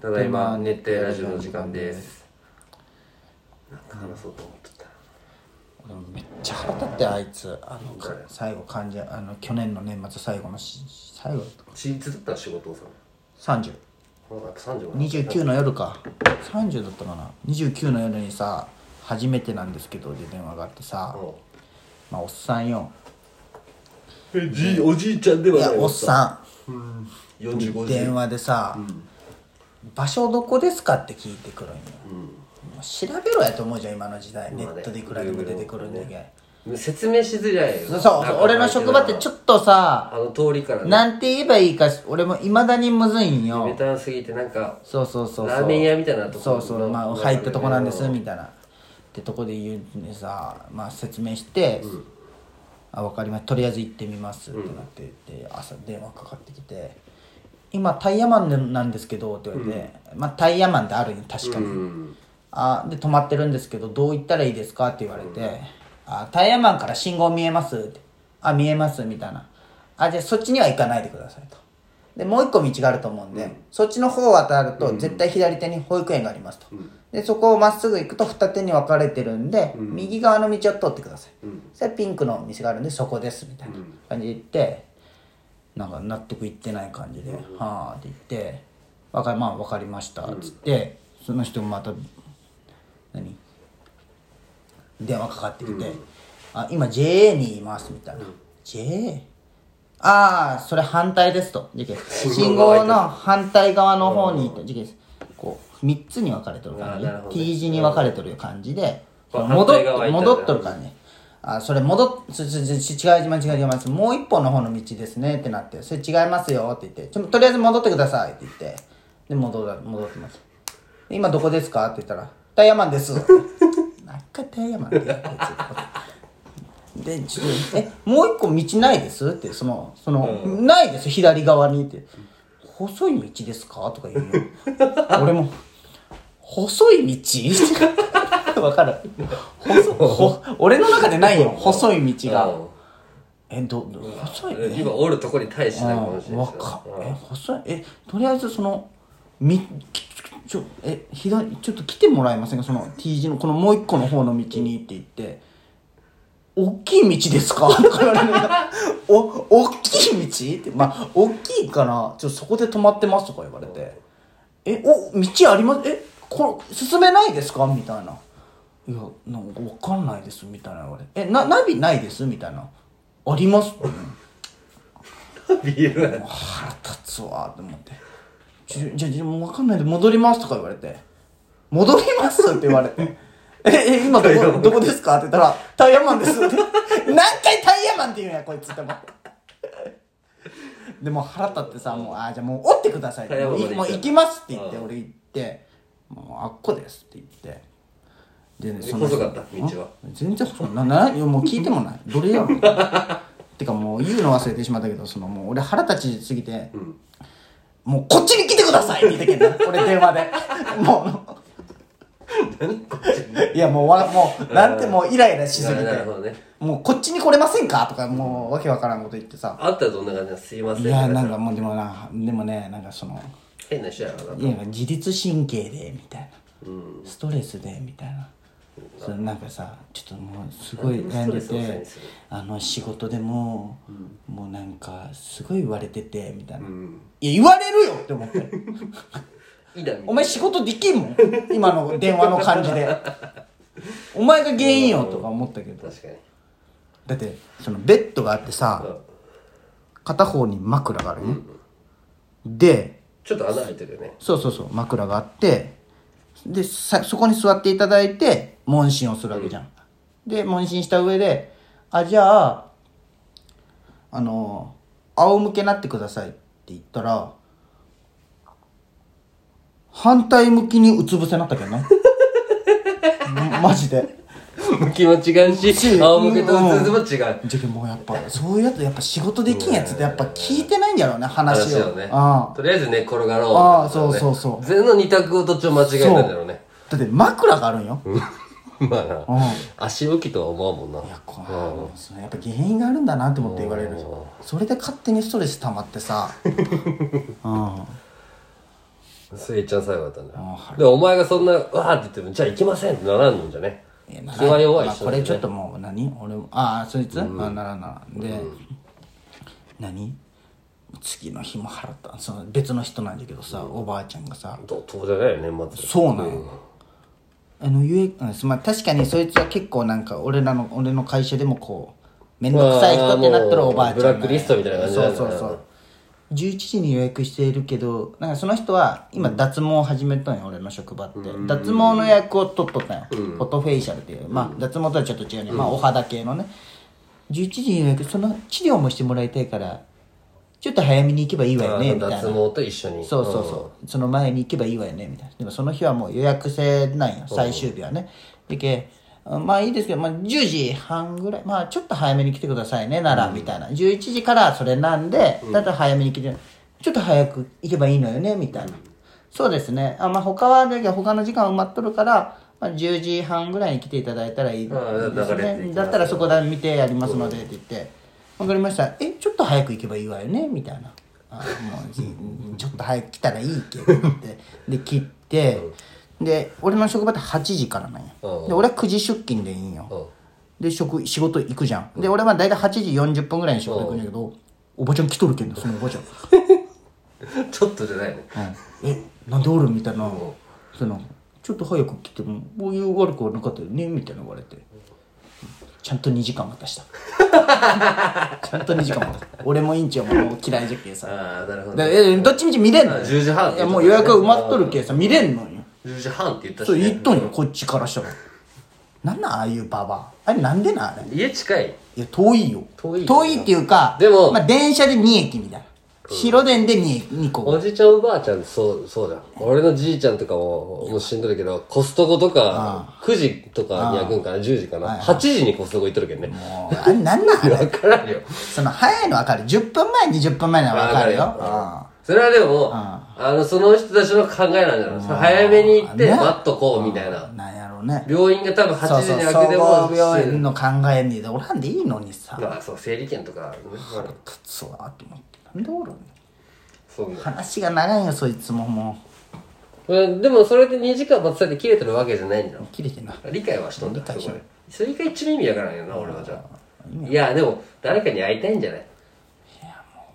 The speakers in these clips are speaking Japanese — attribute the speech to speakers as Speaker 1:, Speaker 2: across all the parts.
Speaker 1: ただいま熱帯ラジオの時間ですなんか話そうと思っとったな
Speaker 2: 俺もめっちゃ腹立ってあいつあのか
Speaker 1: 誰
Speaker 2: 最後患者あの去年の年末最後のし最後
Speaker 1: 私立だったら仕事をさ
Speaker 2: 3029
Speaker 1: あやっぱ30
Speaker 2: の夜か30だったかな29の夜にさ初めてなんですけどで電話があってさ、まあおっさんよ
Speaker 1: えじいおじいちゃんで
Speaker 2: い
Speaker 1: はない
Speaker 2: やおっさ
Speaker 1: うん
Speaker 2: ん
Speaker 1: 45時
Speaker 2: 電話でさ、
Speaker 1: ん
Speaker 2: 場所どこですかって聞いてくるんよ
Speaker 1: う
Speaker 2: もう調べろやと思うじゃん今の時代ネ
Speaker 1: まあね
Speaker 2: ットでいくらでも出てくるんだけ、
Speaker 1: ん説明しづらいよ
Speaker 2: そうそう俺の職場ってちょ
Speaker 1: っ
Speaker 2: っとさ
Speaker 1: あの通りからね
Speaker 2: なんて言えばいいか俺もいまだにむずいん
Speaker 1: ベ
Speaker 2: よ
Speaker 1: タすぎてなんか
Speaker 2: そうそうそうそう
Speaker 1: ラーメン屋みたいなとこ
Speaker 2: そうそうま
Speaker 1: ま
Speaker 2: あ
Speaker 1: あ
Speaker 2: 入ったとこなんです
Speaker 1: ラーメン屋
Speaker 2: みたいなってとこで言うんでさ、まあ、説明して「あ分かりますとりあえず行ってみます」ってなって、で朝電話かかってきて「今タイヤマンなんですけど」って言われて、まあタイヤマンってあるよ確か
Speaker 1: う
Speaker 2: に、
Speaker 1: ん
Speaker 2: あで止まってるんですけどどう行ったらいいですか?」って言われて「あタイヤマンから信号見えます」って「あ見えます」みたいな「あじゃあそっちには行かないでください」と。でもう一個道があると思うんで、そっちの方を渡ると絶対左手に保育園がありますと、でそこをまっすぐ行くと二手に分かれてるんで、右側の道を通ってください、それピンクのお店があるんでそこですみたいな感じで行ってなんか納得いってない感じで「はあ」って言って「わかまあ分かりました」っつって、その人もまた何電話かかってきて「あ今 JA にいます」みたいな「JA? ああそれ反対です」と「事件信
Speaker 1: 信号が開いて
Speaker 2: 号
Speaker 1: る
Speaker 2: の反対側の方に」と「事件です」こう3つに分かれてる
Speaker 1: あ
Speaker 2: 感
Speaker 1: ー
Speaker 2: じ、
Speaker 1: なるほどね
Speaker 2: T 字に分かれてる感じで
Speaker 1: これ
Speaker 2: 戻っ
Speaker 1: 反対側行ったんだ
Speaker 2: 戻っとるからねあそれ戻っちょちょちょち違います違いますもう一本の方の道ですねってなってそれ違いますよって言ってちょとりあえず戻ってくださいって言ってで戻ら戻ってます今どこですかって言ったら「タイヤマン です」なんかタイヤマンって言ってでちょっとえもう一個道ないです?」ってそのその、ないです左側に」って「細い道ですか?」とか言 うの俺も「細い道? 」わかる 細ほ俺の中でないよ細い道がえどど細い
Speaker 1: うん今おるとこに対してなのかもしれない
Speaker 2: わ
Speaker 1: しな
Speaker 2: かえ細いえとりあえずそのみちょえ左ちょっと来てもらえませんかその T 字のこのもう一個の方の道にって言って「大きい道ですか?」 とか言われるお大きい道?」ってまあ大きいからちょっとそこで止まってます」とか言われて「えお道ありますえこ進めないですか?」みたいな「いやなんか分かんないです」みたいな言われて「えなナビないです?」みたいな「あります」
Speaker 1: ビールは
Speaker 2: 腹立つわと思って「ちょじゃあじゃあもう分かんないんで戻ります」とか言われて「戻ります」って言われて 「ええ今どこどこですか?」って言ったら「タイヤマ ンです」って何回タイヤマンって言うんやこいつって思ってでもう腹立ってさ「もうあーじゃあもう折ってください」
Speaker 1: タイヤマ
Speaker 2: も
Speaker 1: ン
Speaker 2: う
Speaker 1: ま
Speaker 2: い
Speaker 1: で
Speaker 2: もう行きます」って言って俺行って「もうあっこです」って言って。でねの人
Speaker 1: 細かった道は
Speaker 2: ん全然細かったななもう聞いてもないどれやろ てかもう言うの忘れてしまったけどそのもう俺腹立ちすぎて、もうこっちに来てくださいって言ったけど俺電話でもういやもうわもうなんてもうイライラしすぎて
Speaker 1: なるほどね
Speaker 2: もうこっちに来れませんかとかもうわけわからんこと言ってさ
Speaker 1: あったらどんな感じなのすいません
Speaker 2: いやなんかもうでもなでもねなんかその
Speaker 1: 変な人やろない
Speaker 2: やなんか自律神経でみたいな、ストレスでみたいな、それなんかさちょっともうすごい悩んで
Speaker 1: ストレスを抑えに
Speaker 2: て
Speaker 1: する
Speaker 2: あの仕事でも、もうなんかすごい言われててみたいな、いや言われるよって思って
Speaker 1: いいなみた
Speaker 2: お
Speaker 1: いな
Speaker 2: 前仕事できんもん今の電話の感じでお前が原因よとか思ったけど
Speaker 1: 確かに
Speaker 2: だってそのベッドがあってさ片方に枕があるね、で
Speaker 1: ちょっと穴開いてるよね
Speaker 2: そうそうそう枕があってでさそこに座っていただいて問診をするわけじゃん、で問診した上で「あじゃああの仰向けになってください」って言ったら反対向きにうつ伏せになったけ どねうんマジで
Speaker 1: 向きも違うし仰向けとうつも違う
Speaker 2: じゃあもうやっぱそういうやつやっぱ仕事できんやつってやっぱ聞いてないんだろうね話
Speaker 1: 話
Speaker 2: を
Speaker 1: をね
Speaker 2: あ
Speaker 1: とりあえずね転がろう
Speaker 2: ああそうそうそう
Speaker 1: 全の二択をどっちも間違えたんだろうね
Speaker 2: だって枕があるんよ、
Speaker 1: まあな
Speaker 2: うん
Speaker 1: 足置きとは思うもん
Speaker 2: い
Speaker 1: な
Speaker 2: やこうそれやっぱ原因があるんだなって思って言われる それで勝手にストレス溜まってさうん
Speaker 1: それいっちゃん最後だったんだ
Speaker 2: あ
Speaker 1: よ
Speaker 2: は
Speaker 1: でお前がそんなわーって言ってもじゃあ行きませんってならんのじゃね
Speaker 2: いやなら
Speaker 1: 気は弱い
Speaker 2: まあ
Speaker 1: 人
Speaker 2: こ
Speaker 1: だよ
Speaker 2: れ
Speaker 1: ね
Speaker 2: ちょっともう何俺もああそいつ、あならんならんで、何次の日も払ったその別の人なんだけどさ、おばあちゃんがさ
Speaker 1: 怒涛じゃないよ年末
Speaker 2: そうなんよ、あのゆえうんまあ、確かにそいつは結構なんか俺らの俺の会社でもこう面倒くさい人ってなってるおばあちゃん
Speaker 1: ブラックリストみたいな感じなんだ
Speaker 2: そうそうそう11時に予約しているけどなんかその人は今脱毛を始めたんよ俺の職場って、脱毛の予約を取っとったんよ、フォトフェイシャルっていう、まあ、脱毛とはちょっと違うね、まあ、お肌系のね11時に予約その治療もしてもらいたいからちょっと早めに行けばいいわよねみたいな
Speaker 1: 脱毛と一緒に
Speaker 2: そうそうそう、その前に行けばいいわよねみたいなでもその日はもう予約制なんよ最終日はねでけあまあいいですけど、まあ、10時半ぐらいまあちょっと早めに来てくださいねなら、みたいな11時からそれなんでだと早めに来て、ちょっと早く行けばいいのよねみたいな、そうですねあまあ他はだけど他の時間は埋まっとるから、まあ、10時半ぐらいに来ていただいたらいいで
Speaker 1: ああ
Speaker 2: す
Speaker 1: 流れていきま
Speaker 2: ね
Speaker 1: す
Speaker 2: だったらそこだ見てやりますのでって言って「分かりましたえちょっと早く行けばいいわよね」みたいな「あもうじ ちょっと早く来たらいいけど」ってで切ってで俺の職場って8時からなんや
Speaker 1: うん
Speaker 2: で俺は9時出勤でいいん
Speaker 1: うん
Speaker 2: よで職仕事行くじゃんで俺は大体8時40分ぐらいに仕事行くんだけどおばちゃん来とるけんだそのおばちゃん
Speaker 1: ちょっとじゃないの
Speaker 2: うんえなんでおるみたいな、そのちょっと早く来てももう言う悪くはなかったよねみたいな言われて、ちゃんと2時間待たした ちゃんと2時間待たした俺も院長ももう嫌いじゃけさ
Speaker 1: ああなるほど
Speaker 2: だえどっちみち見れんのよ
Speaker 1: あ10時半
Speaker 2: いやもう予約が埋まっとるけさ見れんのよ
Speaker 1: 10時半って言ったし
Speaker 2: そう
Speaker 1: ね
Speaker 2: 言っとんよこっちからしたらなんなんああいうババアあれなんでなんあれ
Speaker 1: 家近い
Speaker 2: いや遠いよ
Speaker 1: 遠いよ
Speaker 2: っていうか
Speaker 1: でも
Speaker 2: まあ、電車で2駅みたいな白電で 2, 2個
Speaker 1: おじいちゃんおばあちゃんってそうそうじゃん俺のじいちゃんとかももうしんどいけどコストコとか9時とかに開くんかな10時かな8時にコストコ行っとるけんね
Speaker 2: もうあれなんなんあれ
Speaker 1: 分からんよ
Speaker 2: その早いの分かる10分前20分前なら分かるよあ
Speaker 1: それはでもあのその人たちの考えなんじゃない早めに行って
Speaker 2: ね
Speaker 1: 待っとこうみたい
Speaker 2: あ
Speaker 1: な
Speaker 2: なんやろうね
Speaker 1: 病院が多分
Speaker 2: そ
Speaker 1: 8
Speaker 2: う
Speaker 1: 時
Speaker 2: そう
Speaker 1: に
Speaker 2: 総
Speaker 1: 開けても
Speaker 2: 合病院の考えにおらんでいいのにさ
Speaker 1: まあそう整理券とかあるね
Speaker 2: くっそだと思ってなんでおるん
Speaker 1: そうね
Speaker 2: 話が長いよそいつもも
Speaker 1: うんでもそれで2時間待たせて切れてるわけじゃないんだろ
Speaker 2: う切れてな
Speaker 1: 理解はしとんだ
Speaker 2: 理解しと
Speaker 1: そこで
Speaker 2: る
Speaker 1: それが一番意味わからんよな俺はじゃあいやでも誰かに会いたいんじゃない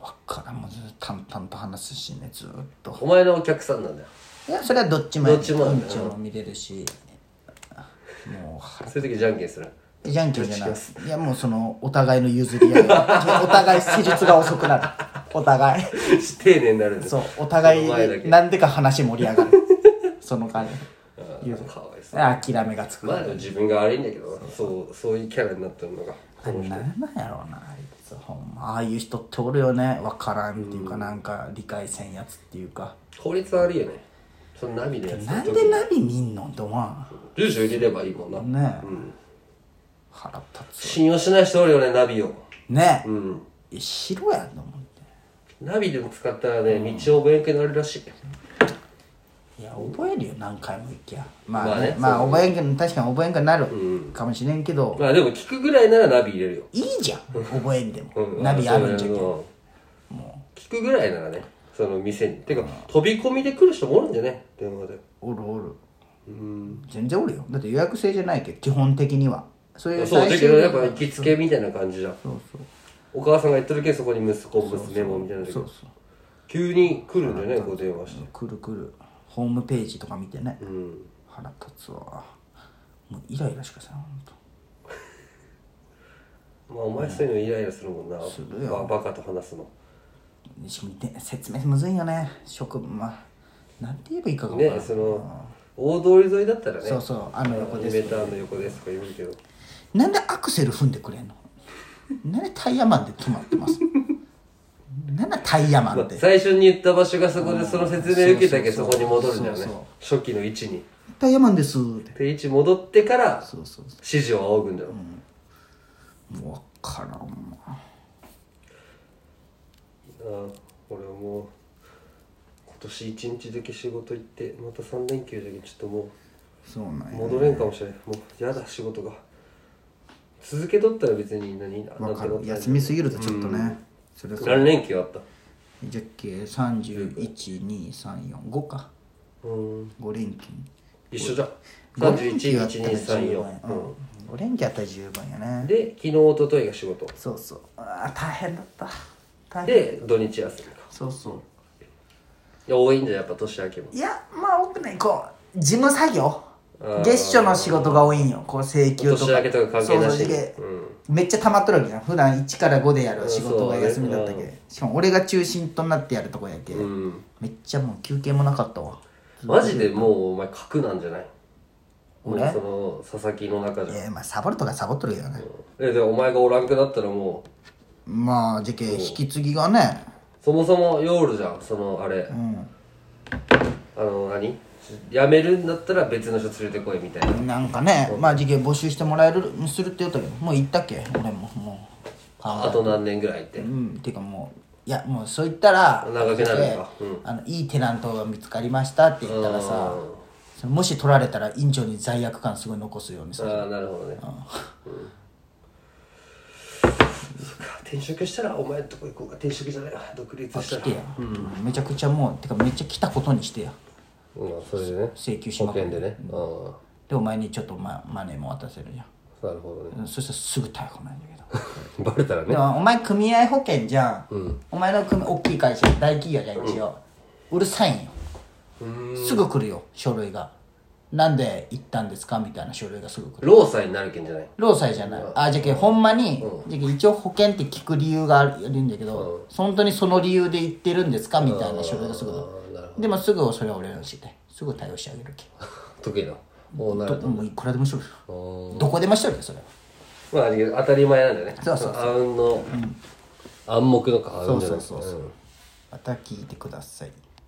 Speaker 2: 分からんもうずっと淡々と話すしねずっと
Speaker 1: お前のお客さんなんだよ
Speaker 2: いやそれはどっちもや
Speaker 1: どっちもなんだ
Speaker 2: うんちも見れるしもう腹
Speaker 1: そういう時じゃんけんする
Speaker 2: じゃんけんじゃないいやもうそのお互いの譲り合いお互い施術が遅くなるお互い
Speaker 1: し丁寧になるんです
Speaker 2: そう、お互
Speaker 1: その前だけ
Speaker 2: い、なんでか話盛り 上がる。その感
Speaker 1: うんかわい
Speaker 2: じ。
Speaker 1: そう
Speaker 2: 諦めがつく。
Speaker 1: まあでも自分が悪いんだけどなそうそういうキャラになってるのが
Speaker 2: あれなんなんやろうな、あいつ。ほんま、ああいう人っておるよね。わからんっていうか、なんか理解せんやつっていうか。
Speaker 1: 効率悪いよねそのナビのやつ
Speaker 2: なんでナビ見んのって思わ
Speaker 1: 住所入れればいいもんなん
Speaker 2: ねえ
Speaker 1: うん、
Speaker 2: 腹立つ。
Speaker 1: 信用しない人おるよねナビを
Speaker 2: ね
Speaker 1: うん
Speaker 2: え。白やと思って。
Speaker 1: ナビでも使ったらね道を覚えんくなるらしい
Speaker 2: いや、覚えるよ、何回も行きゃ。
Speaker 1: ま
Speaker 2: ま
Speaker 1: あ
Speaker 2: あ
Speaker 1: ね
Speaker 2: ね、ま
Speaker 1: そ
Speaker 2: あ
Speaker 1: う
Speaker 2: 覚えんけど、確かに覚えんけどなる
Speaker 1: う
Speaker 2: かもしれんけど、
Speaker 1: まあでも聞くぐらいならナビ入れるよ
Speaker 2: いいじゃん。覚えんでも
Speaker 1: う。ん
Speaker 2: ナビあるんじゃけ
Speaker 1: そ
Speaker 2: ん。
Speaker 1: の聞くぐらいならねその店にてか飛び込みで来る人もおるんじゃね電話で
Speaker 2: おるおる。
Speaker 1: うん
Speaker 2: 全然おるよだって予約制じゃないけど基本的にはそういう
Speaker 1: そうだけどやっぱ行
Speaker 2: そう
Speaker 1: きつけみたいな感じじゃん
Speaker 2: そう
Speaker 1: お母さんが言ってるけどそこに息子娘もみたいな時
Speaker 2: そうそ
Speaker 1: 急に来るんじゃねこう電話して
Speaker 2: うくるくるホームページとか見てね、
Speaker 1: うん
Speaker 2: 腹立つわもうイライラしかせんほんと
Speaker 1: まあお前そういうのイライラするもんな
Speaker 2: するよ
Speaker 1: ババカと話すの
Speaker 2: しかもで説明むずいよね職まあなんて言えばいいかが分から
Speaker 1: ね
Speaker 2: ん
Speaker 1: その大通り沿いだったらね
Speaker 2: そうそうあの横です
Speaker 1: エレベーターの横ですとか言うけど
Speaker 2: なんでアクセル踏んでくれんのなんでタイヤマンで止まって ますなんでタイヤマンって
Speaker 1: 最初に言った場所がそこでその説明受けたけどそう
Speaker 2: そそうそう
Speaker 1: こに戻るんだよ
Speaker 2: そう
Speaker 1: ね
Speaker 2: そう
Speaker 1: 初期の位置に
Speaker 2: タイヤマンですって
Speaker 1: で位置戻ってから
Speaker 2: そうそうそ
Speaker 1: 指示を仰ぐんだよ、
Speaker 2: うもう分からんわ
Speaker 1: ああ俺はもう今年一日だけ仕事行ってまた3連休だけちょっとも
Speaker 2: そうなん
Speaker 1: う
Speaker 2: や
Speaker 1: 戻れんかもしれんもうやだ仕事が続けとったら別に何な
Speaker 2: わ
Speaker 1: ん
Speaker 2: か
Speaker 1: て
Speaker 2: る
Speaker 1: ことない
Speaker 2: 休みすぎるとちょっとね、それはそう
Speaker 1: 何連休あった
Speaker 2: じゃっけ3 1 2 3 4 5か
Speaker 1: うん
Speaker 2: 5連勤
Speaker 1: 一緒じゃん
Speaker 2: 5連休あったら
Speaker 1: 311234
Speaker 2: 10番や、うん、5連休あったら10番やね
Speaker 1: で昨日一昨日が仕事
Speaker 2: そうそうあー大変だった大変
Speaker 1: で土日休みか
Speaker 2: そうそう
Speaker 1: いや多いんじゃんやっぱ年明けも
Speaker 2: いやまあ多くないこう事務作業月初の仕事が多いんよこう請求とか
Speaker 1: 年明けとか関係なし
Speaker 2: そうそうで
Speaker 1: うん
Speaker 2: めっちゃ溜まっとるわけじゃん普段1から5でやる仕事が
Speaker 1: うんそうだね
Speaker 2: 休みだったけ、
Speaker 1: うん
Speaker 2: しかも俺が中心となってやるとこやけ、
Speaker 1: うん
Speaker 2: めっちゃもう休憩もなかったわ
Speaker 1: マジでもうお前核なんじゃないもう
Speaker 2: 俺
Speaker 1: その佐々木の中じゃん
Speaker 2: えー、まあサボるとかサボっとるけどね、
Speaker 1: えでお前がおらんくなったらもう
Speaker 2: まあじゃけ引き継ぎがね
Speaker 1: そもそも夜じゃんそのあれ、あの何辞めるんだったら別の人連れてこいみたいな
Speaker 2: なんかねまあじゃけ募集してもらえるするって言ったけどもう行ったっけ俺ももうパ
Speaker 1: あと何年ぐらいって
Speaker 2: うんていうかもういやもうそう言ったら
Speaker 1: 長くなるのかうん
Speaker 2: あのいいテナントが見つかりましたって言ったらさそのもし取られたら院長に罪悪感すごい残すようにさ
Speaker 1: ああなるほどねうんそっか転職したらお前んとこ行こうか転職じゃないわ独立した
Speaker 2: 来
Speaker 1: ら
Speaker 2: てや、めちゃくちゃもうてかめっちゃ来たことにしてや
Speaker 1: うんそれでね
Speaker 2: 請求し
Speaker 1: 保
Speaker 2: まく
Speaker 1: 険
Speaker 2: る
Speaker 1: でねうん
Speaker 2: でお前にちょっと、ま、マネーも渡せるじゃん
Speaker 1: なるほどね
Speaker 2: うんそしたらすぐ逮捕なんだけど
Speaker 1: バレたら
Speaker 2: で
Speaker 1: ね
Speaker 2: もお前組合保険じゃん、お前の組大きい会社大企業じゃん一応、うるさいんよすぐ来るよ書類がなんで行ったんですかみたいな書類がすぐ来る
Speaker 1: 労災になるけんじゃない
Speaker 2: 労災じゃないあじゃけほんまに、じゃけ一応保険って聞く理由があるんだけど、本当にその理由で行ってるんですかみたいな書類がすぐ来
Speaker 1: なる
Speaker 2: るでもすぐそれは俺らにしてすぐ対応してあげるけ
Speaker 1: 得意なもうな
Speaker 2: ど
Speaker 1: る
Speaker 2: もういくらでもしとるよどこでもしとるよそれは
Speaker 1: まああれ当たり前なんだよね
Speaker 2: そうそうそう
Speaker 1: あうんの暗黙のかあうんじゃない
Speaker 2: そうそうそうまた聞いてください